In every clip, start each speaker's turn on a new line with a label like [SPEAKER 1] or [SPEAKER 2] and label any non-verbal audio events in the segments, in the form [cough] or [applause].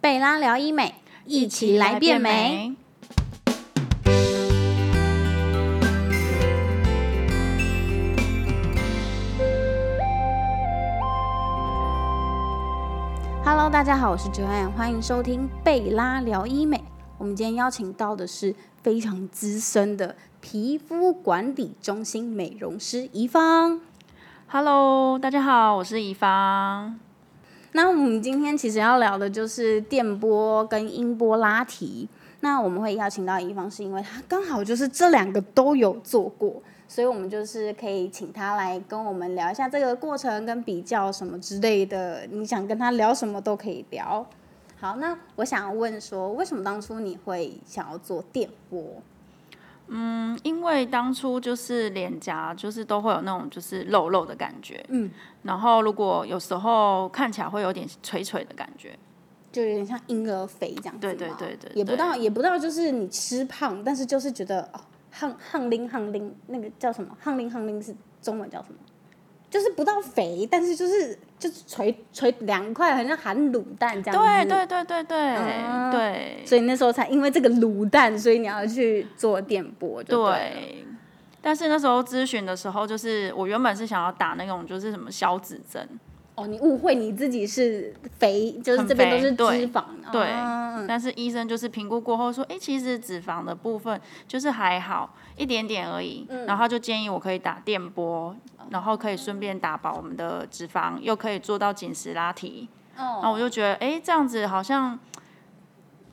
[SPEAKER 1] 贝拉聊医美，一起来变美。。Hello，大家好，我是 Joanne，欢迎收听贝拉聊医美。我们今天邀请到的是非常资深的皮肤管理中心美容师怡芳。
[SPEAKER 2] Hello，大家好，我是怡芳。
[SPEAKER 1] 那我们今天其实要聊的就是电波跟音波拉提。那我们会邀请到怡芳，是因为她刚好就是这两个都有做过，所以我们就是可以请她来跟我们聊一下这个过程跟比较什么之类的。你想跟她聊什么都可以聊。好，那我想问说，为什么当初你会想要做电波？
[SPEAKER 2] 嗯，因为当初就是脸颊就是都会有那种就是肉肉的感觉，嗯，然后如果有时候看起来会有点垂垂的感觉，
[SPEAKER 1] 就有点像婴儿肥这样子
[SPEAKER 2] 对对
[SPEAKER 1] 吗
[SPEAKER 2] 对对
[SPEAKER 1] 也不
[SPEAKER 2] 对
[SPEAKER 1] 到也不到就是你吃胖，但是就是觉得哦，胖胖拎胖拎那个叫什么？胖拎胖拎是中文叫什么？就是不到肥，但是就是就是垂垂两块，很像含卤蛋这样
[SPEAKER 2] 对
[SPEAKER 1] 子。
[SPEAKER 2] 对对对对、
[SPEAKER 1] 嗯
[SPEAKER 2] 对
[SPEAKER 1] 所以那时候才因为这个卤蛋，所以你要去做电波就对了。
[SPEAKER 2] 对。但是那时候咨询的时候，就是我原本是想要打那种就是什么消脂针，
[SPEAKER 1] 哦，你误会你自己是肥，就是
[SPEAKER 2] 很
[SPEAKER 1] 这边都
[SPEAKER 2] 肥
[SPEAKER 1] 是
[SPEAKER 2] 对
[SPEAKER 1] 脂肪。
[SPEAKER 2] 对
[SPEAKER 1] 啊
[SPEAKER 2] 但是医生就是评估过后说，哎、其实脂肪的部分就是还好一点点而已，然后他就建议我可以打电波，然后可以顺便打薄我们的脂肪，又可以做到紧实拉提。然后我就觉得，哎、这样子好像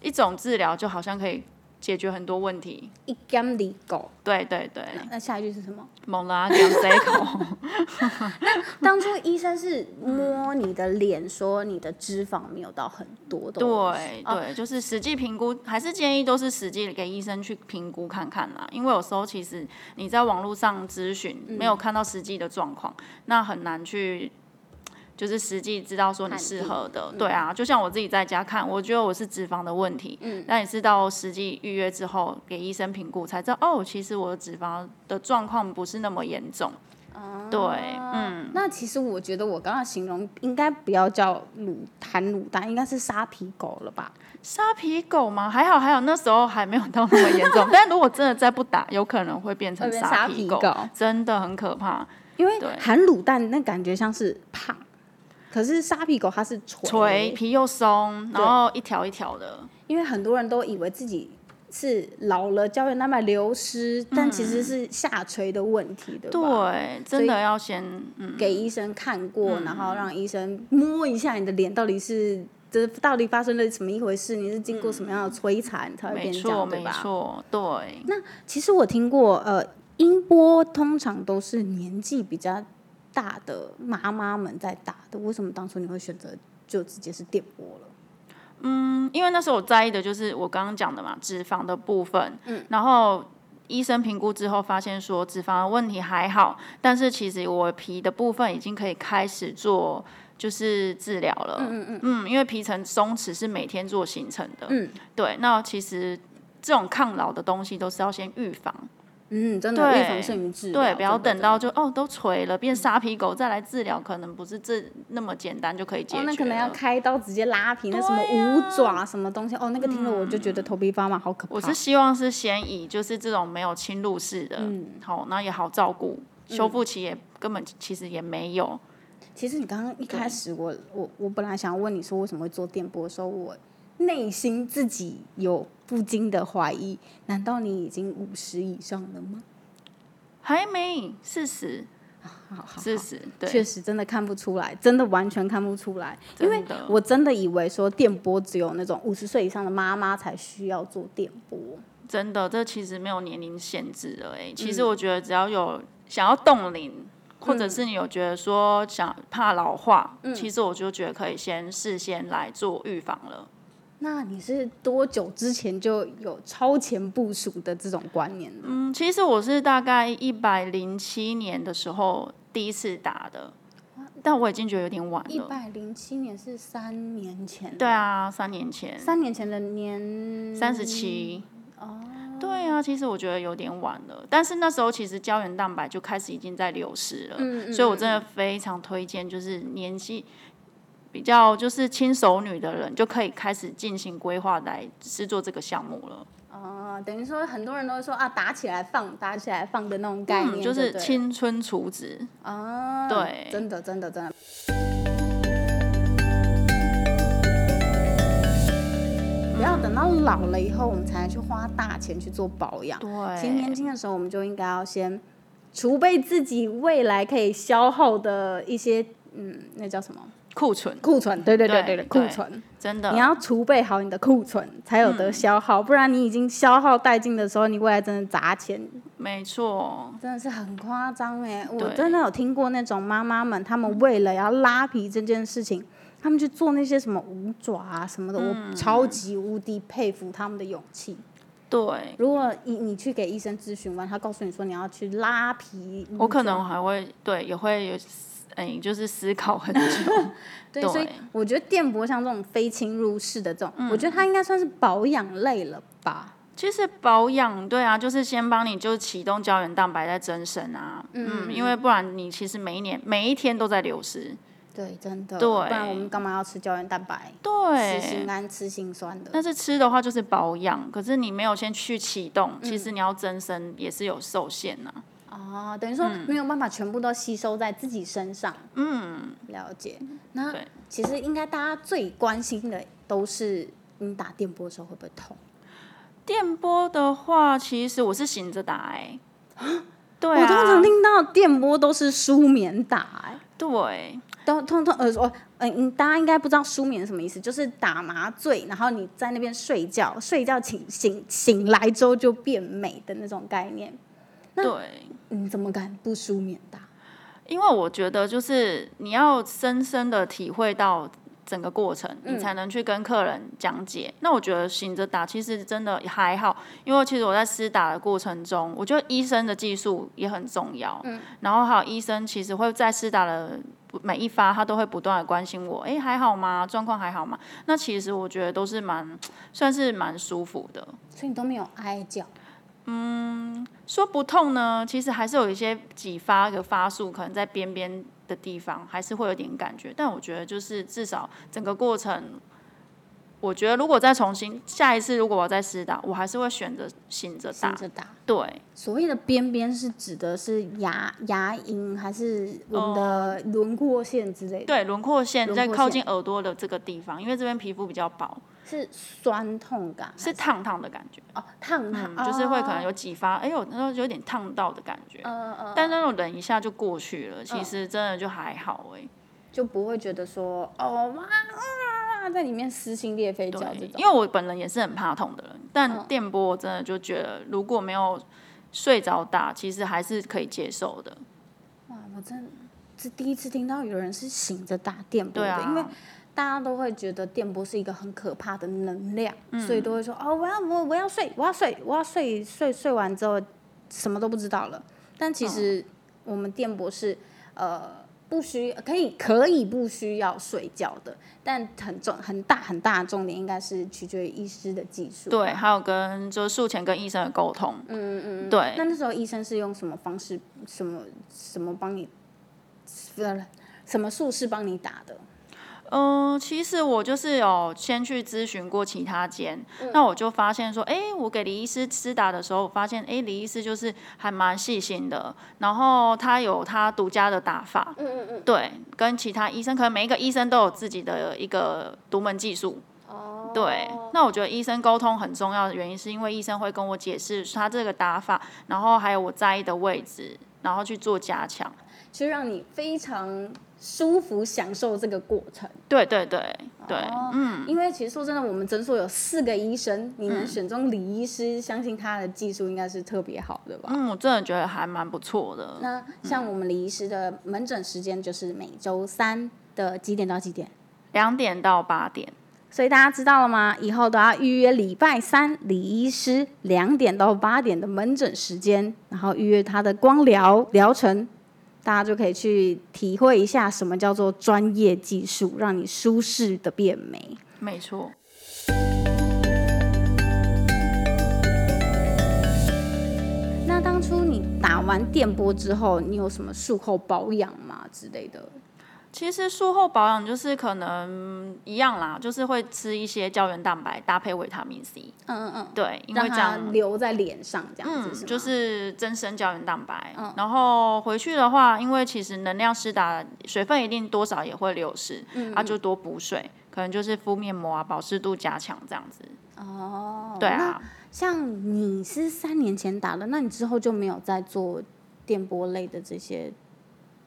[SPEAKER 2] 一种治疗就好像可以解决很多问题。
[SPEAKER 1] 一干里狗。
[SPEAKER 2] 对对对，
[SPEAKER 1] 那那下一句是什么？
[SPEAKER 2] 猛拉讲这一口，
[SPEAKER 1] 当初医生是摸你的脸，说你的脂肪没有到很多的。哦
[SPEAKER 2] 对对，就是实际评估，还是建议都是实际给医生去评估看看啦。因为有时候其实你在网络上咨询，没
[SPEAKER 1] 嗯
[SPEAKER 2] 有看到实际的状况，那很难去就是实际知道说你
[SPEAKER 1] 判
[SPEAKER 2] 适
[SPEAKER 1] 定嗯
[SPEAKER 2] 合的。对啊，就像我自己在家看，我觉得我是脂肪的问题，那也是到实际预约之后给医生评估才知道，哦，其实我的脂肪的状况不是那么严重。
[SPEAKER 1] 哦
[SPEAKER 2] 对，嗯，
[SPEAKER 1] 那其实我觉得我刚刚形容应该不要叫卤含卤蛋，应该是沙皮狗了吧？
[SPEAKER 2] 沙皮狗吗？还好，还好，那时候还没有到那么
[SPEAKER 1] [laughs]
[SPEAKER 2] 严重。但如果真的再不打，有可能会变成
[SPEAKER 1] 会变
[SPEAKER 2] 呃沙皮狗，
[SPEAKER 1] 沙皮狗
[SPEAKER 2] 真的很可怕。
[SPEAKER 1] 因为
[SPEAKER 2] 对
[SPEAKER 1] 含卤蛋那感觉像是胖，可是沙皮狗它是垂，
[SPEAKER 2] 垂皮又松，然后一条一条的，
[SPEAKER 1] 因为很多人都以为自己是老了胶原蛋白流失，但其实是下垂的问题，对吧？
[SPEAKER 2] 嗯对，真的要先嗯，
[SPEAKER 1] 给医生看过，然后让医生摸一下你的脸到底是。这到底发生了什么一回事？你是经过什么样的摧残才会
[SPEAKER 2] 嗯没
[SPEAKER 1] 变这样，
[SPEAKER 2] 错，
[SPEAKER 1] 对
[SPEAKER 2] 没
[SPEAKER 1] 吧？
[SPEAKER 2] 错，对，
[SPEAKER 1] 其实我听过，呃，音波通常都是年纪比较大的妈妈们在打的，为什么当初你会选择就直接是电波了？
[SPEAKER 2] 嗯，因为那时候我在意的就是我刚刚讲的嘛，脂肪的部分。嗯，然后医生评估之后发现说脂肪的问题还好，但是其实我皮的部分已经可以开始做就是治疗了。嗯嗯因为皮层松弛是每天做形成的。嗯，对，那其实这种抗老的东西都是要先预防，
[SPEAKER 1] 嗯，真的
[SPEAKER 2] 对
[SPEAKER 1] 预防胜于治疗，
[SPEAKER 2] 对，不要
[SPEAKER 1] 真的
[SPEAKER 2] 等到就哦都垂了变沙皮狗再来治疗，可能不是这那么简单就可以解
[SPEAKER 1] 哦
[SPEAKER 2] 决，了。
[SPEAKER 1] 那可能要开刀直接拉皮，那什么五爪什么东西，哦，那个听了我就觉得头皮发麻，好可怕。
[SPEAKER 2] 嗯我是希望是先以就是这种没有侵入式的，
[SPEAKER 1] 嗯
[SPEAKER 2] 好、那也好照顾，修复期也、根本其实也没有，
[SPEAKER 1] 其实你刚刚一开始我，我我本来想问你说为什么会做电波的时候，我内心自己有不禁的怀疑，难道你已经五十以上了吗？
[SPEAKER 2] 还没四十，
[SPEAKER 1] 好好好，
[SPEAKER 2] 四十，对，
[SPEAKER 1] 确实真的看不出来，真的完全看不出来，因为
[SPEAKER 2] 真的
[SPEAKER 1] 我真的以为说电波只有那种五十岁以上的妈妈才需要做电波。
[SPEAKER 2] 真的，这其实没有年龄限制的哎、其
[SPEAKER 1] 嗯
[SPEAKER 2] 实我觉得只要有想要冻龄，或者是你有觉得说想怕老化，
[SPEAKER 1] 嗯
[SPEAKER 2] 其实我就觉得可以先事先来做预防了。
[SPEAKER 1] 那你是多久之前就有超前部署的这种观念呢？
[SPEAKER 2] 嗯，其实我是大概一百零七年的时候第一次打的，但我已经觉得有点晚
[SPEAKER 1] 一
[SPEAKER 2] 了。
[SPEAKER 1] 百零七年是三年前，
[SPEAKER 2] 对，啊，三年前，
[SPEAKER 1] 嗯三年前的年
[SPEAKER 2] 三十七。哦，对啊，其实我觉得有点晚了，但是那时候其实胶原蛋
[SPEAKER 1] 嗯
[SPEAKER 2] 白就开始已经在流失了，所以我真的非常推荐，就是年纪比较就是轻熟女的人，就可以开始进行规划来试做这个项目了。
[SPEAKER 1] 哦，等于说很多人都会说啊，打起来放，打起来放的那种概念
[SPEAKER 2] 嗯，就
[SPEAKER 1] 对
[SPEAKER 2] 是
[SPEAKER 1] 了
[SPEAKER 2] 青春储值。
[SPEAKER 1] 哦，
[SPEAKER 2] 对嗯
[SPEAKER 1] 真的真的真的。不要等到老了以后，我们才去花大钱去做保养。其实年
[SPEAKER 2] 对，
[SPEAKER 1] 轻的时候，我们就应该要先储备自己未来可以消耗的一些，嗯，那叫什么
[SPEAKER 2] 库存
[SPEAKER 1] 库存？对对对
[SPEAKER 2] 对
[SPEAKER 1] 对，库
[SPEAKER 2] 对
[SPEAKER 1] 存。
[SPEAKER 2] 真的
[SPEAKER 1] 你要储备好你的库存，才有
[SPEAKER 2] 嗯
[SPEAKER 1] 得消耗，不然你已经消耗殆尽的时候，你未来真的砸钱
[SPEAKER 2] 没错，
[SPEAKER 1] 真的是很夸张哎！我
[SPEAKER 2] 对
[SPEAKER 1] 真的有听过那种妈妈们，她们为了要拉皮这件事情，她们去做那些什么五爪啊什么的，
[SPEAKER 2] 嗯
[SPEAKER 1] 我超级无敌佩服她们的勇气。
[SPEAKER 2] 对。
[SPEAKER 1] 如果你你去给医生咨询完，他告诉你说你要去拉皮嗯五爪，
[SPEAKER 2] 我可能还会对，也会有思，哎、就是思考很久。
[SPEAKER 1] 对，
[SPEAKER 2] 对
[SPEAKER 1] 所以我觉得电波像这种非侵入式的这种，我
[SPEAKER 2] 嗯
[SPEAKER 1] 觉得它应该算是保养类了吧。
[SPEAKER 2] 其实保养，对啊，就是先帮你就是启动胶原蛋白在增生啊，嗯，因为不然你其实每一年每一天都在流失。
[SPEAKER 1] 对，真的，
[SPEAKER 2] 对
[SPEAKER 1] 不然我们干嘛要吃胶原蛋白？吃
[SPEAKER 2] 对，嗯
[SPEAKER 1] 心氨、吃心酸的。
[SPEAKER 2] 但是吃的话就是保养，可是你没有先去启动，其实你要增生也是有受限啊呐、
[SPEAKER 1] 哦，等于
[SPEAKER 2] 嗯
[SPEAKER 1] 说没有办法全部都吸收在自己身上。嗯，了解。那
[SPEAKER 2] 对
[SPEAKER 1] 其实应该大家最关心的都是你打电波的时候会不会痛？
[SPEAKER 2] 电波的话，其实我是醒着打哎、对
[SPEAKER 1] 我通
[SPEAKER 2] 啊
[SPEAKER 1] 常，听到电波都是舒眠打、欸，
[SPEAKER 2] 对，
[SPEAKER 1] 都通通呃哦，嗯、嗯大家应该不知道舒眠是什么意思，就是打麻醉，然后你在那边睡觉，睡觉醒醒醒来之后就变美的那种概念。
[SPEAKER 2] 对。
[SPEAKER 1] 你怎么敢不舒眠打？
[SPEAKER 2] 因为我觉得，就是你要深深的体会到整个过程，你才能去跟客人讲解。那我觉得醒着打其实真的还好，因为其实我在施打的过程中，我觉得医生的技术也很重要。嗯，然后还有医生其实会在施打的每一发，他都会不断的关心我，哎，还好吗？状况还好吗？那其实我觉得都是蛮算是蛮舒服的。
[SPEAKER 1] 所以你都没有哀叫。
[SPEAKER 2] 说不痛呢，其实还是有一些几发的发数，可能在边边的地方还是会有点感觉，但我觉得就是至少整个过程，我觉得如果再重新下一次如果我再试打，我还是会选择醒着
[SPEAKER 1] 醒
[SPEAKER 2] 打。
[SPEAKER 1] 着打。
[SPEAKER 2] 对，
[SPEAKER 1] 所谓的边边是指的是牙牙龈还是我们的轮廓线之类的？
[SPEAKER 2] 对，轮廓线
[SPEAKER 1] 轮廓
[SPEAKER 2] 在
[SPEAKER 1] 线
[SPEAKER 2] 靠近耳朵的这个地方，因为这边皮肤比较薄，
[SPEAKER 1] 是酸痛感还
[SPEAKER 2] 是烫烫的感觉，
[SPEAKER 1] 哦烫烫、
[SPEAKER 2] 嗯，
[SPEAKER 1] 哦
[SPEAKER 2] 就是会可能有几发，哎呦，那有点烫到的感觉，
[SPEAKER 1] 呃呃
[SPEAKER 2] 但那种忍一下就过去了，
[SPEAKER 1] 嗯
[SPEAKER 2] 其实真的就还好哎、
[SPEAKER 1] 就不会觉得说哦哇啊在里面撕心裂肺叫这
[SPEAKER 2] 对，
[SPEAKER 1] 种
[SPEAKER 2] 因为我本人也是很怕痛的人，但电波我真的就觉得，如果没有睡着打，其实还是可以接受的。
[SPEAKER 1] 哇我真是第一次听到有人是醒着打电波
[SPEAKER 2] 对
[SPEAKER 1] 的，
[SPEAKER 2] 啊，
[SPEAKER 1] 因为大家都会觉得电波是一个很可怕的能量，所以都会说哦，我要我我要睡，我要睡，我要睡睡睡完之后什么都不知道了。但其实我们电波是呃不需可以可以不需要睡觉的，但很重很大很大的重点应该是取决于医师的技术。
[SPEAKER 2] 对，还有跟就是术前跟医生的沟通，嗯嗯，对，
[SPEAKER 1] 那那时候医生是用什么方式什么什么帮你，呃什么术式帮你打的？
[SPEAKER 2] 嗯、其实我就是有先去咨询过其他间，那我就发现说，哎、我给李医师施打的时候，我发现，哎、李医师就是还蛮细心的，然后他有他独家的打法，嗯嗯嗯，对，跟其他医生，可能每一个医生都有自己的一个独门技术。哦，对，那我觉得医生沟通很重要的原因，是因为医生会跟我解释他这个打法，然后还有我在意的位置，然后去做加强。
[SPEAKER 1] 就让你非常舒服享受这个过程。
[SPEAKER 2] 对对对对，
[SPEAKER 1] 嗯，因为其实说真的，我们诊所有四个医生，你能选中李医师，相信他的技术应该是特别好的吧？
[SPEAKER 2] 嗯，我真的觉得还蛮不错的。
[SPEAKER 1] 那像我们李医师的门诊时间就是每周三的几点到几点？
[SPEAKER 2] 两点到八点，
[SPEAKER 1] 所以大家知道了吗？以后都要预约礼拜三李医师两点到八点的门诊时间，然后预约他的光疗疗程，大家就可以去体会一下什么叫做专业技术，让你舒适的变美。
[SPEAKER 2] 没错。
[SPEAKER 1] 那当初你打完电波之后，你有什么术后保养吗之类的？
[SPEAKER 2] 其实术后保养就是可能一样啦，就是会吃一些胶原蛋白搭配维他命 C，
[SPEAKER 1] 嗯嗯嗯，
[SPEAKER 2] 对，因为
[SPEAKER 1] 让
[SPEAKER 2] 这
[SPEAKER 1] 它
[SPEAKER 2] 样
[SPEAKER 1] 留在脸上这样子、
[SPEAKER 2] 嗯，
[SPEAKER 1] 吗嗯
[SPEAKER 2] 就是增生胶原蛋白。然后回去的话，因为其实能量施打，水分一定多少也会流失，
[SPEAKER 1] 嗯
[SPEAKER 2] 啊，就多补水，可能就是敷面膜啊，保湿度加强这样子。
[SPEAKER 1] 哦，
[SPEAKER 2] 对啊，
[SPEAKER 1] 像你是三年前打的，那你之后就没有再做电波类的这些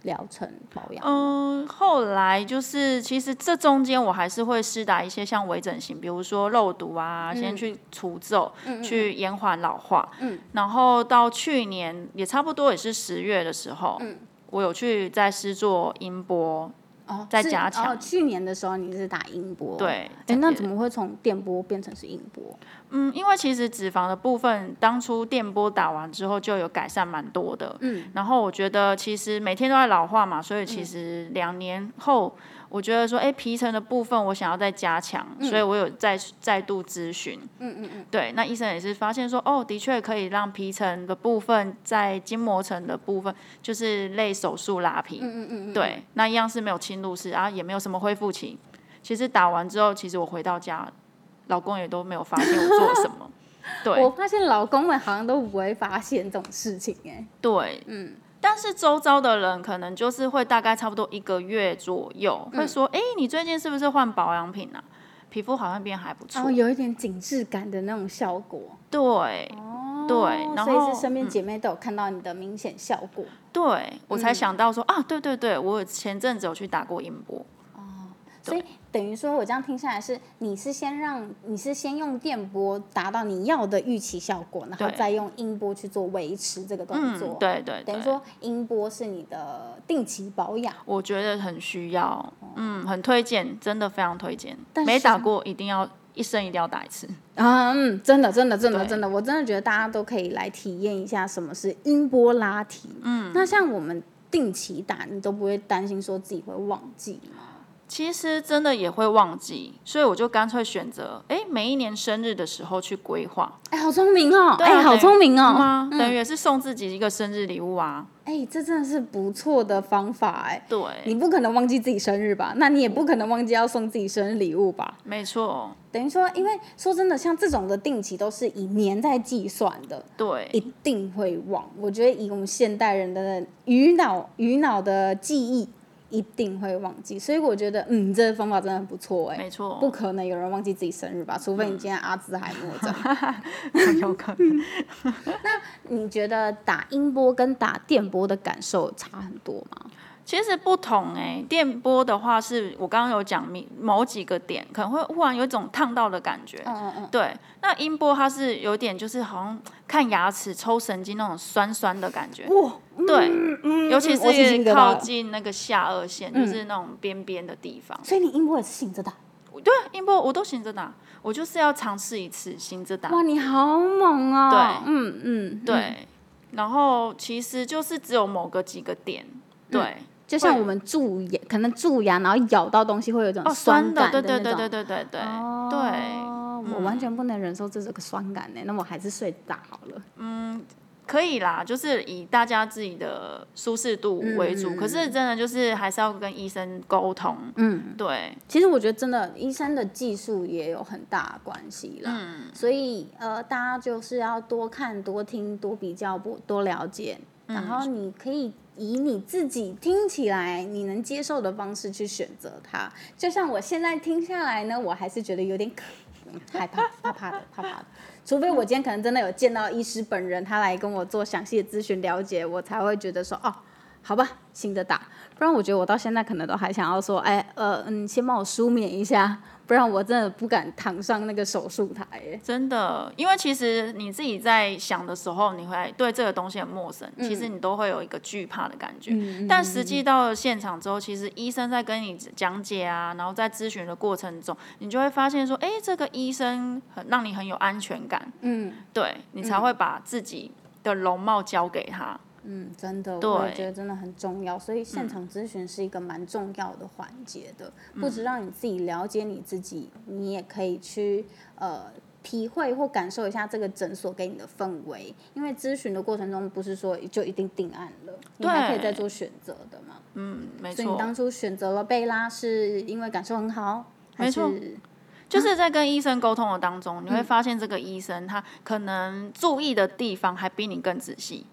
[SPEAKER 1] 疗程保养？
[SPEAKER 2] 嗯，后来就是其实这中间我还是会施打一些像微整形，比如说肉毒啊，先去除皱，去延缓老化。嗯，然后到去年也差不多也是十月的时候，嗯，我有去再施做音波，
[SPEAKER 1] 哦，
[SPEAKER 2] 再
[SPEAKER 1] 是
[SPEAKER 2] 加强
[SPEAKER 1] 哦，去年的时候你是打音波，。
[SPEAKER 2] 对。
[SPEAKER 1] 哎，那
[SPEAKER 2] 也
[SPEAKER 1] 怎么会从电波变成是音波？
[SPEAKER 2] 嗯，因为其实脂肪的部分，当初电波打完之后就有改善蛮多的。嗯，然后我觉得其实每天都在老化嘛，所以其实两年后，我觉得说，哎，皮层的部分我想要再加强，所以我有再再度咨询。嗯嗯嗯。对，那医生也是发现说，哦，的确可以让皮层的部分在筋膜层的部分，就是类手术拉皮。嗯嗯嗯。对，那一样是没有侵入式，然、啊后也没有什么恢复期。其实打完之后，其实我回到家，老公也都没有发现我做了什 [laughs] 么。对
[SPEAKER 1] 我发现老公们好像都不会发现这种事情哎、
[SPEAKER 2] 对，嗯。但是周遭的人可能就是会大概差不多一个月左右，
[SPEAKER 1] 嗯
[SPEAKER 2] 会说：“哎、你最近是不是换保养品啊？皮肤好像变还不错。
[SPEAKER 1] 然哦后有一点紧致感的那种效果。
[SPEAKER 2] 对，对，然
[SPEAKER 1] 哦所以
[SPEAKER 2] 后
[SPEAKER 1] 是身边姐妹都有看到你的明显效果。
[SPEAKER 2] 对我
[SPEAKER 1] 嗯
[SPEAKER 2] 才想到说、啊，对对对，我有前阵子有去打过音波。
[SPEAKER 1] 所以等于说，我这样听下来是，你是先让你是先用电波达到你要的预期效果，然后
[SPEAKER 2] 对
[SPEAKER 1] 再用音波去做维持这个动
[SPEAKER 2] 嗯
[SPEAKER 1] 作。，
[SPEAKER 2] 对对对
[SPEAKER 1] 等于。说音波是你的定期保养。
[SPEAKER 2] 我觉得很需要，嗯，很推荐，真的非常推荐
[SPEAKER 1] 哦但。
[SPEAKER 2] 没
[SPEAKER 1] 是
[SPEAKER 2] 打过一定要一生一定要打一次。
[SPEAKER 1] 啊，嗯，真的，真的，真的，
[SPEAKER 2] 对
[SPEAKER 1] 真的，我真的觉得大家都可以来体验一下什么是音波拉提。嗯，那像我们定期打，你都不会担心说自己会忘记吗？
[SPEAKER 2] 其实真的也会忘记，所以我就干脆选择，哎，每一年生日的时候去规划。
[SPEAKER 1] 哎，好聪明哦！
[SPEAKER 2] 对啊
[SPEAKER 1] 哎，好聪明
[SPEAKER 2] 对
[SPEAKER 1] 哦！
[SPEAKER 2] 啊，等于也是送自己一个生日礼物啊。
[SPEAKER 1] 哎，这真的是不错的方法哎。
[SPEAKER 2] 对，
[SPEAKER 1] 你不可能忘记自己生日吧？那你也不可能忘记要送自己生日礼物吧？
[SPEAKER 2] 没错，
[SPEAKER 1] 等于说，因为说真的，像这种的定期都是以年在计算的，
[SPEAKER 2] 对，
[SPEAKER 1] 一定会忘。我觉得以我们现代人的鱼脑鱼脑的记忆，一定会忘记。所以我觉得，嗯，这个方法真的很不错哎、
[SPEAKER 2] 没错，嗯
[SPEAKER 1] 不可能有人忘记自己生日吧？除非你今天阿兹海默症。 [laughs]
[SPEAKER 2] 有可能。
[SPEAKER 1] 你觉得打音波跟打电波的感受差很多吗？
[SPEAKER 2] 其实不同哎、电波的话是我刚刚有讲某某几个点，可能会忽然有一种烫到的感觉。
[SPEAKER 1] 嗯嗯嗯。
[SPEAKER 2] 对，那音波它是有点就是好像看牙齿抽神经那种酸酸的感觉。
[SPEAKER 1] 哇，
[SPEAKER 2] 对，尤其
[SPEAKER 1] 嗯我起鸡皮疙
[SPEAKER 2] 是
[SPEAKER 1] 瘩
[SPEAKER 2] 靠
[SPEAKER 1] 了
[SPEAKER 2] 近那个下颚线，
[SPEAKER 1] 嗯
[SPEAKER 2] 就是那种边边的地方。
[SPEAKER 1] 所以你音波也是醒着打。
[SPEAKER 2] 对，音波我都醒着打，我就是要尝试一次醒着打。
[SPEAKER 1] 哇，你好猛哦！
[SPEAKER 2] 对
[SPEAKER 1] 嗯嗯，
[SPEAKER 2] 对，然后其实就是只有某个几个点。
[SPEAKER 1] 嗯
[SPEAKER 2] 对，
[SPEAKER 1] 就像我们蛀牙，可能蛀牙然后咬到东西会有一种
[SPEAKER 2] 哦，酸的，
[SPEAKER 1] 感
[SPEAKER 2] 对
[SPEAKER 1] 的
[SPEAKER 2] 对
[SPEAKER 1] 那
[SPEAKER 2] 对对
[SPEAKER 1] 种。
[SPEAKER 2] 对对对对，嗯
[SPEAKER 1] 哦我完全不能忍受这这个酸感呢，那我还是睡打好了。
[SPEAKER 2] 可以啦，就是以大家自己的舒适度为
[SPEAKER 1] 嗯
[SPEAKER 2] 主。可是真的就是还是要跟医生沟通。嗯，对，
[SPEAKER 1] 其实我觉得真的医生的技术也有很大的关系啦，所以呃，大家就是要多看、多听、多比较、不多了解，然后你可以以你自己听起来你能接受的方式去选择它。就像我现在听下来呢，我还是觉得有点可。嗯害怕，怕怕的，怕怕的。除非我今天可能真的有见到医师本人，他来跟我做详细的咨询了解，我才会觉得说，哦，好吧，醒着打。不然我觉得我到现在可能都还想要说，哎，呃，嗯，先帮我舒眠一下， [laughs] 不然我真的不敢躺上那个手术台。哎
[SPEAKER 2] 真的，因为其实你自己在想的时候，你会对这个东西很陌生，其
[SPEAKER 1] 嗯
[SPEAKER 2] 实你都会有一个惧怕的感觉。但实际到了现场之后，其实医生在跟你讲解啊，然后在咨询的过程中，你就会发现说，哎，这个医生很让你很有安全感，
[SPEAKER 1] 嗯
[SPEAKER 2] 对你才会把自己的容貌交给他。
[SPEAKER 1] 嗯，真的，
[SPEAKER 2] 对
[SPEAKER 1] 我也觉得真的很重要，所以现场咨询是一个蛮重要的嗯环节的，不止让你自己了解你自己，你也可以去呃体会或感受一下这个诊所给你的氛围，因为咨询的过程中不是说就一定定案了，你还可以再做选择的嘛。
[SPEAKER 2] 嗯，没
[SPEAKER 1] 所以你
[SPEAKER 2] 错，
[SPEAKER 1] 当初选择了贝拉，是因为感受很好，还
[SPEAKER 2] 没
[SPEAKER 1] 是
[SPEAKER 2] 错就是在跟医生沟通的当
[SPEAKER 1] 嗯
[SPEAKER 2] 中，你会发现这个医生他可能注意的地方还比你更仔细。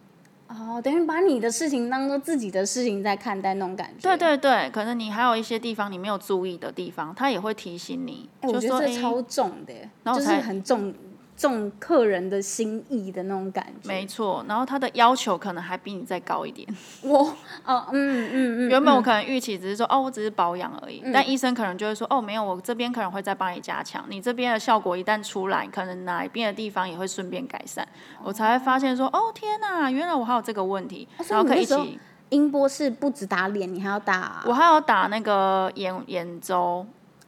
[SPEAKER 1] 哦，等于把你的事情当做自己的事情在看待那种感觉。
[SPEAKER 2] 对。对对，可能你还有一些地方你没有注意的地方，他也会提醒你，
[SPEAKER 1] 哎、我
[SPEAKER 2] 就
[SPEAKER 1] 觉
[SPEAKER 2] 说
[SPEAKER 1] 得
[SPEAKER 2] 哎
[SPEAKER 1] 这，超重的耶，
[SPEAKER 2] 然后
[SPEAKER 1] 就是
[SPEAKER 2] 才
[SPEAKER 1] 很重重客人的心意的那种感觉。
[SPEAKER 2] 没错，然后他的要求可能还比你再高一点。
[SPEAKER 1] 我哦，嗯嗯嗯，嗯
[SPEAKER 2] 原本我可能预期只是说，哦，我只是保养而已，但医生可能就会说，哦，没有，我这边可能会再帮你加强，你这边的效果一旦出来，可能哪一边的地方也会顺便改善，我才会发现说，哦，天哪，原来我还有这个问题，
[SPEAKER 1] 哦所以
[SPEAKER 2] 然后可
[SPEAKER 1] 你
[SPEAKER 2] 以
[SPEAKER 1] 那
[SPEAKER 2] 一
[SPEAKER 1] 时候
[SPEAKER 2] 起，
[SPEAKER 1] 音波是不止打脸，你还要打
[SPEAKER 2] 我还有打那个眼眼周，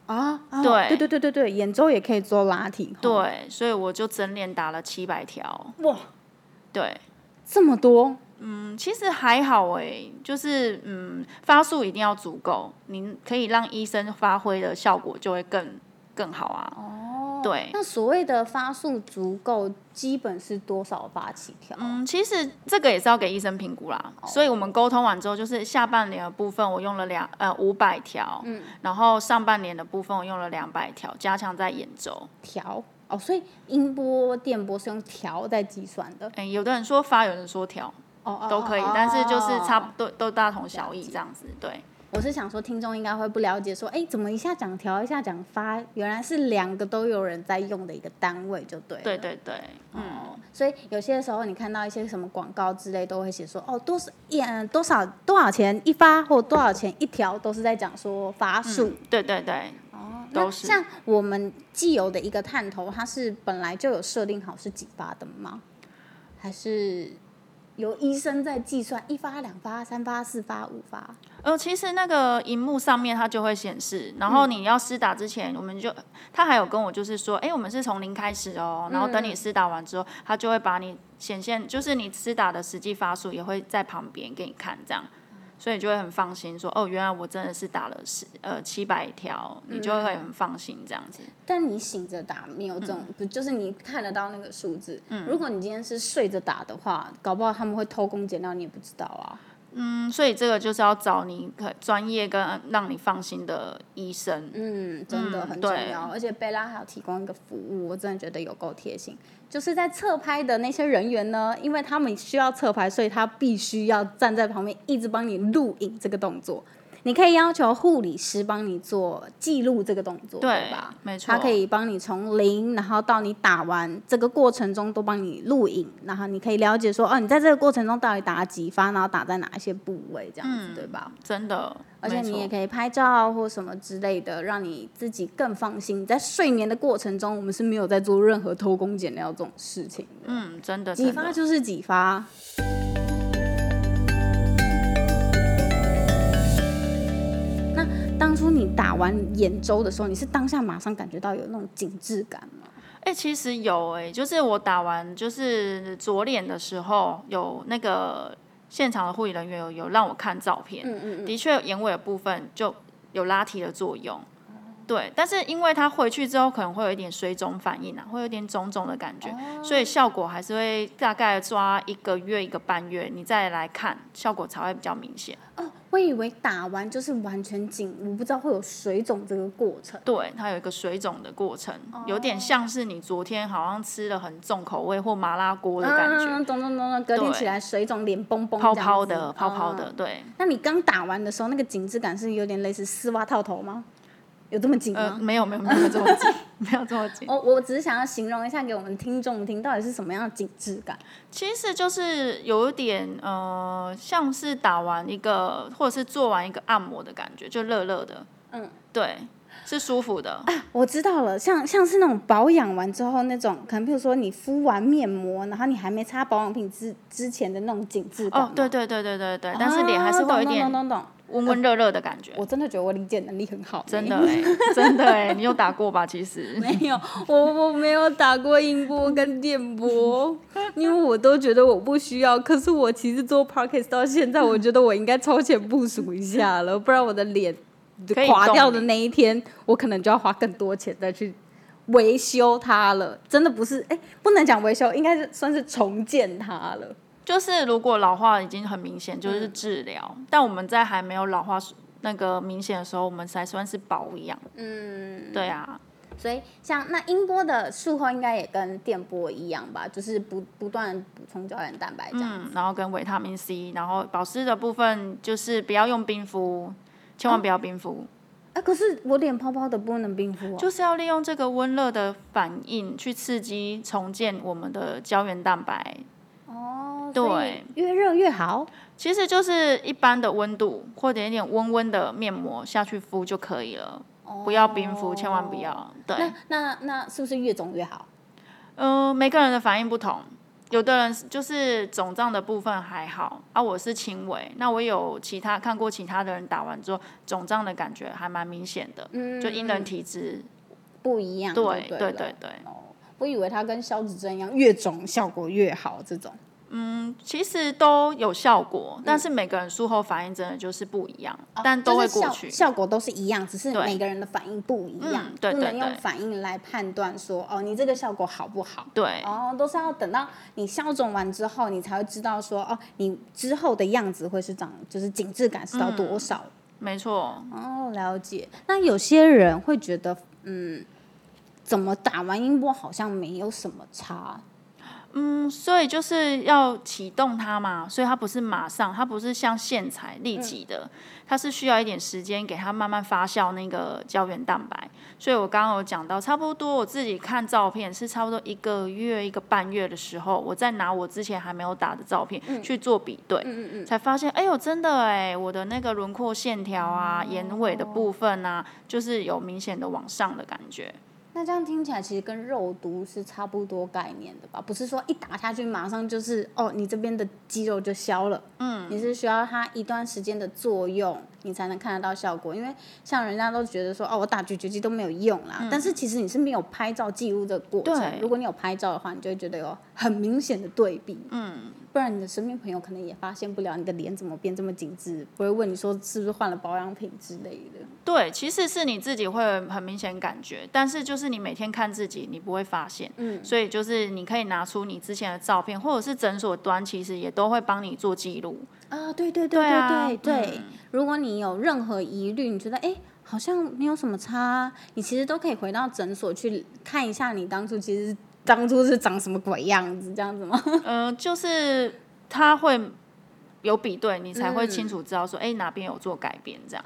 [SPEAKER 1] 啊？哦对
[SPEAKER 2] 对
[SPEAKER 1] 对对对对，眼周也可以做拉提。哦，
[SPEAKER 2] 对，所以我就整脸打了七百条，
[SPEAKER 1] 哇，
[SPEAKER 2] 对。
[SPEAKER 1] 这么多，
[SPEAKER 2] 嗯，其实还好哎、就是嗯，发数一定要足够，你可以让医生发挥的效果就会更更好啊。哦，对，
[SPEAKER 1] 那所谓的发数足够，基本是多少发起跳？
[SPEAKER 2] 嗯，其实这个也是要给医生评估啦。
[SPEAKER 1] 哦
[SPEAKER 2] 所以我们沟通完之后，就是下半年的部分我用了两呃五百条，嗯，然后上半年的部分我用了两百条，加强在眼周。
[SPEAKER 1] 条哦，所以音波、电波是用条在计算的。
[SPEAKER 2] 嗯，有的人说发，有人说条
[SPEAKER 1] 哦哦，
[SPEAKER 2] 都可以，
[SPEAKER 1] 哦
[SPEAKER 2] 但是就是差
[SPEAKER 1] 哦
[SPEAKER 2] 不多都大同小异这样子。对，
[SPEAKER 1] 我是想说，听众应该会不了解，说，哎，怎么一下讲条，一下讲发，原来是两个都有人在用的一个单位，就对。
[SPEAKER 2] 对。对对，嗯。
[SPEAKER 1] 哦，所以有些时候你看到一些什么广告之类，都会写说哦多少一嗯多少多少钱一发或多少钱一条，都是在讲说发数。
[SPEAKER 2] 对对对，
[SPEAKER 1] 哦，
[SPEAKER 2] 嗯都
[SPEAKER 1] 那
[SPEAKER 2] 是
[SPEAKER 1] 像我们既有的一个探头，它是本来就有设定好是几发的吗？还是由医生在计算一发、两发、三发、四发、五发？
[SPEAKER 2] 呃，其实那个荧幕上面它就会显示，然
[SPEAKER 1] 嗯
[SPEAKER 2] 后你要施打之前，我们就他还有跟我就是说，哎、我们是从零开始哦，然后等
[SPEAKER 1] 嗯
[SPEAKER 2] 你施打完之后，他就会把你显现，就是你施打的实际发数也会在旁边给你看这样。所以就会很放心说哦，原来我真的是打了十呃七百条，你就
[SPEAKER 1] 嗯
[SPEAKER 2] 会很放心这样子。
[SPEAKER 1] 但你醒着打没有这种，不就是你看得到那个数字？如果你今天是睡着打的话，搞不好他们会偷工减料，你也不知道啊。
[SPEAKER 2] 嗯，所以这个就是要找你可专业跟让你放心的医生。
[SPEAKER 1] 嗯，真的
[SPEAKER 2] 嗯
[SPEAKER 1] 很重
[SPEAKER 2] 对
[SPEAKER 1] 要。而且贝拉还有提供一个服务，我真的觉得有够贴心。就是在侧拍的那些人员呢，因为他们需要侧拍，所以他必须要站在旁边一直帮你录影这个动作。你可以要求护理师帮你做记录这个动作，对
[SPEAKER 2] 对
[SPEAKER 1] 吧？
[SPEAKER 2] 没错
[SPEAKER 1] 他可以帮你从零，然后到你打完这个过程中都帮你录影，然后你可以了解说，哦，你在这个过程中到底打了几发，然后打在哪一些部位，这样
[SPEAKER 2] 嗯
[SPEAKER 1] 子，对吧？
[SPEAKER 2] 真的，
[SPEAKER 1] 而且
[SPEAKER 2] 没错
[SPEAKER 1] 你也可以拍照啊或什么之类的，让你自己更放心。在睡眠的过程中，我们是没有在做任何偷工减料这种事情的，
[SPEAKER 2] 嗯，真的
[SPEAKER 1] 几
[SPEAKER 2] 真的
[SPEAKER 1] 发就是几发。那当初你打完眼周的时候，你是当下马上感觉到有那种紧致感吗？
[SPEAKER 2] 哎、其实有哎、就是我打完就是左脸的时候，有那个现场的护理人员有有让我看照片，
[SPEAKER 1] 嗯
[SPEAKER 2] 的确眼尾的部分就有拉提的作用。对，但是因为它回去之后可能会有一点水肿反应啊，会有点肿肿的感觉，
[SPEAKER 1] 哦
[SPEAKER 2] 所以效果还是会大概抓一个月一个半月，你再来看效果才会比较明显。
[SPEAKER 1] 哦，我以为打完就是完全紧，我不知道会有水肿这个过程。
[SPEAKER 2] 对，它有一个水肿的过程，有
[SPEAKER 1] 哦
[SPEAKER 2] 点像是你昨天好像吃了很重口味或麻辣锅的感觉，
[SPEAKER 1] 嗯，咚咚咚咚，隔天起来水肿，脸崩崩，
[SPEAKER 2] 泡泡的，泡泡
[SPEAKER 1] 啊
[SPEAKER 2] 的，。对，
[SPEAKER 1] 那你刚打完的时候，那个紧致感是有点类似丝袜套头吗？有这么紧
[SPEAKER 2] 呃，
[SPEAKER 1] 吗？
[SPEAKER 2] 没有没有没有这么紧， [laughs] 没有这么紧。
[SPEAKER 1] 哦，我只是想要形容一下给我们听众听，到底是什么样的紧致感？
[SPEAKER 2] 其实就是有一点呃，像是打完一个或者是做完一个按摩的感觉，就热热的，
[SPEAKER 1] 嗯，
[SPEAKER 2] 对，啊是舒服的，哦
[SPEAKER 1] 我知道了，像像是那种保养完之后那种，可能比如说你敷完面膜，然后你还没擦保养品之之前的那种紧致感吗。
[SPEAKER 2] 哦，对对对对对对，
[SPEAKER 1] 哦，
[SPEAKER 2] 但是脸还是会有一
[SPEAKER 1] 啊懂
[SPEAKER 2] 点
[SPEAKER 1] 懂懂懂。
[SPEAKER 2] 温温热热的感 [laughs] 觉，
[SPEAKER 1] 我真的觉得我理解能力很好，欸
[SPEAKER 2] 真的。哎、 [laughs] 真的哎、你有打过吧？其实，
[SPEAKER 1] 没有，哎我我没有打过音波跟电波，因为我都觉得我不需要。可是我其实做 podcast 到现在，我觉得我应该超前部署一下了，不然我的脸
[SPEAKER 2] 可以
[SPEAKER 1] 垮掉的
[SPEAKER 2] 动
[SPEAKER 1] 那一天，我可能就要花更多钱再去维修它了，真的不是哎，不能讲维修，应该是算是重建它了。
[SPEAKER 2] 就是如果老化已经很明显，就是治疗。但我们在还没有老化那个明显的时候，我们才算是保养。嗯，对啊，
[SPEAKER 1] 所以像那音波的术后应该也跟电波一样吧，就是不不断地补充胶原蛋白这样。
[SPEAKER 2] 嗯，然后跟维他命 C，然后保湿的部分就是不要用冰敷，千万不要冰敷，
[SPEAKER 1] 哎、可是我脸泡泡的不能冰敷哦。
[SPEAKER 2] 就是要利用这个温热的反应去刺激重建我们的胶原蛋白。
[SPEAKER 1] 哦，
[SPEAKER 2] 对
[SPEAKER 1] 所以越热越好。
[SPEAKER 2] 其实就是一般的温度或者一点温温的面膜下去敷就可以了，不要冰敷，千万不要。对
[SPEAKER 1] 那，那那是不是越肿越好？
[SPEAKER 2] 呃，每个人的反应不同，有的人就是肿胀的部分还好啊，我是轻微。那我有其他看过其他的人打完之后肿胀的感觉还蛮明显的，
[SPEAKER 1] 嗯
[SPEAKER 2] 就因人体质。
[SPEAKER 1] 不一样。
[SPEAKER 2] 对
[SPEAKER 1] 对
[SPEAKER 2] 对
[SPEAKER 1] 了
[SPEAKER 2] 对对，
[SPEAKER 1] 哦，我以为它跟消脂针一样，越肿效果越好这种。
[SPEAKER 2] 嗯，其实都有效果，但是每个人术后反应真的就是不一样，但都会
[SPEAKER 1] 嗯
[SPEAKER 2] 过
[SPEAKER 1] 哦就是
[SPEAKER 2] 去。
[SPEAKER 1] 效效果都是一样，只是
[SPEAKER 2] 对
[SPEAKER 1] 每个人的反应不一样，
[SPEAKER 2] 嗯对对
[SPEAKER 1] 不能用
[SPEAKER 2] 对
[SPEAKER 1] 反应来判断说哦，你这个效果好不好。
[SPEAKER 2] 对，
[SPEAKER 1] 哦，都是要等到你消肿完之后，你才会知道说哦，你之后的样子会是长，就是紧致感是
[SPEAKER 2] 嗯
[SPEAKER 1] 到多少。
[SPEAKER 2] 没错。
[SPEAKER 1] 哦，了解。那有些人会觉得，嗯，怎么打完音波好像没有什么差，
[SPEAKER 2] 嗯，所以就是要启动它嘛，所以它不是马上，它不是像线材立即的，它是需要一点时间给它慢慢发酵那个胶原蛋白。所以我刚刚有讲到，差不多我自己看照片是差不多一个月、一个半月的时候，我再拿我之前还没有打的照片去做比对，才发现，哎呦，真的哎，我的那个轮廓线条啊、眼尾的部分啊，就是有明显的往上的感觉。
[SPEAKER 1] 那这样听起来其实跟肉毒是差不多概念的吧？不是说一打下去马上就是哦，你这边的肌肉就消了。嗯，你是需要它一段时间的作用，你才能看得到效果。因为像人家都觉得说哦，我打咀嚼肌都没有用啦，但是其实你是没有拍照记录的过程。
[SPEAKER 2] 对
[SPEAKER 1] 如果你有拍照的话，你就会觉得有很明显的对比。嗯，不然你的身边朋友可能也发现不了你的脸怎么变这么紧致，不会问你说是不是换了保养品之类的。
[SPEAKER 2] 对，其实是你自己会很明显感觉，但是就是你每天看自己，你不会发现。嗯，所以就是你可以拿出你之前的照片，或者是诊所端其实也都会帮你做记
[SPEAKER 1] [laughs]
[SPEAKER 2] 录。
[SPEAKER 1] 啊，对对对
[SPEAKER 2] 对啊
[SPEAKER 1] 对对，如果你有任何疑虑，你觉得哎好像没有什么差啊，你其实都可以回到诊所去看一下，你当初其实当初是长什么鬼样子，这样子吗？
[SPEAKER 2] 呃，就是他会有比对，你才会清楚知道说，哎、哪边有做改变这样。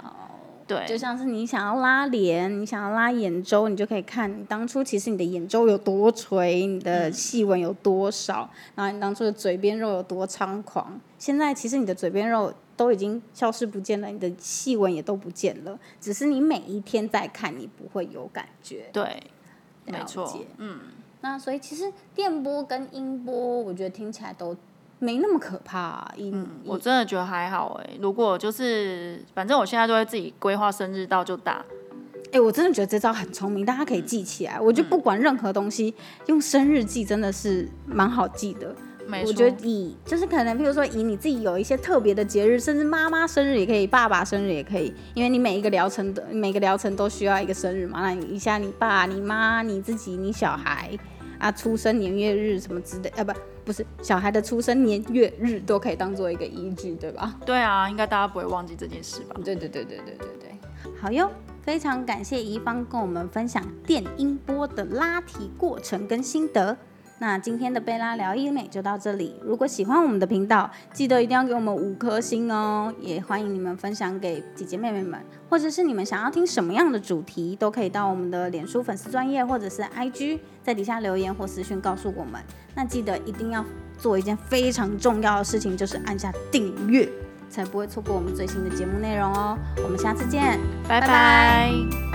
[SPEAKER 2] 对，
[SPEAKER 1] 嗯哦就像是你想要拉脸，你想要拉眼周，你就可以看你当初其实你的眼周有多垂，你
[SPEAKER 2] 嗯
[SPEAKER 1] 的细纹有多少，然后你当初的嘴边肉有多猖狂。现在其实你的嘴边肉都已经消失不见了，你的细纹也都不见了，只是你每一天在看，你不会有感觉。
[SPEAKER 2] 对，
[SPEAKER 1] 了
[SPEAKER 2] 没错嗯
[SPEAKER 1] 解，那所以其实电波跟音波，我觉得听起来都没那么可怕、啊音、
[SPEAKER 2] 嗯我真的觉得还好哎、如果就是，反正我现在都会自己规划生日到就打。
[SPEAKER 1] 哎、我真的觉得这招很聪明，大家可以记起来。我就
[SPEAKER 2] 嗯
[SPEAKER 1] 不管任何东西，用生日记真的是蛮好记的。
[SPEAKER 2] 没
[SPEAKER 1] 我
[SPEAKER 2] 错
[SPEAKER 1] 觉，得以就是可能，譬如说以你自己有一些特别的节日，甚至妈妈生日也可以，爸爸生日也可以，因为你每一个疗程的每个疗程都需要一个生日嘛。那你一下你爸、你妈、你自己、你小孩啊，出生年月日什么之类，啊不不是小孩的出生年月日都可以当做一个依据，对吧？
[SPEAKER 2] 对啊，应该大家不会忘记这件事吧？
[SPEAKER 1] 对对对对对对对，好哟！非常感谢怡芳跟我们分享电音波的拉提过程跟心得。那今天的贝拉聊医美就到这里。如果喜欢我们的频道，记得一定要给我们五颗星哦！也欢迎你们分享给姐姐妹妹们，或者是你们想要听什么样的主题，都可以到我们的脸书粉丝专业或者是 IG，在底下留言或私讯告诉我们。那记得一定要做一件非常重要的事情，就是按下订阅。才不会错过我们最新的节目内容哦。我们下次见，
[SPEAKER 2] 拜
[SPEAKER 1] 拜拜
[SPEAKER 2] 拜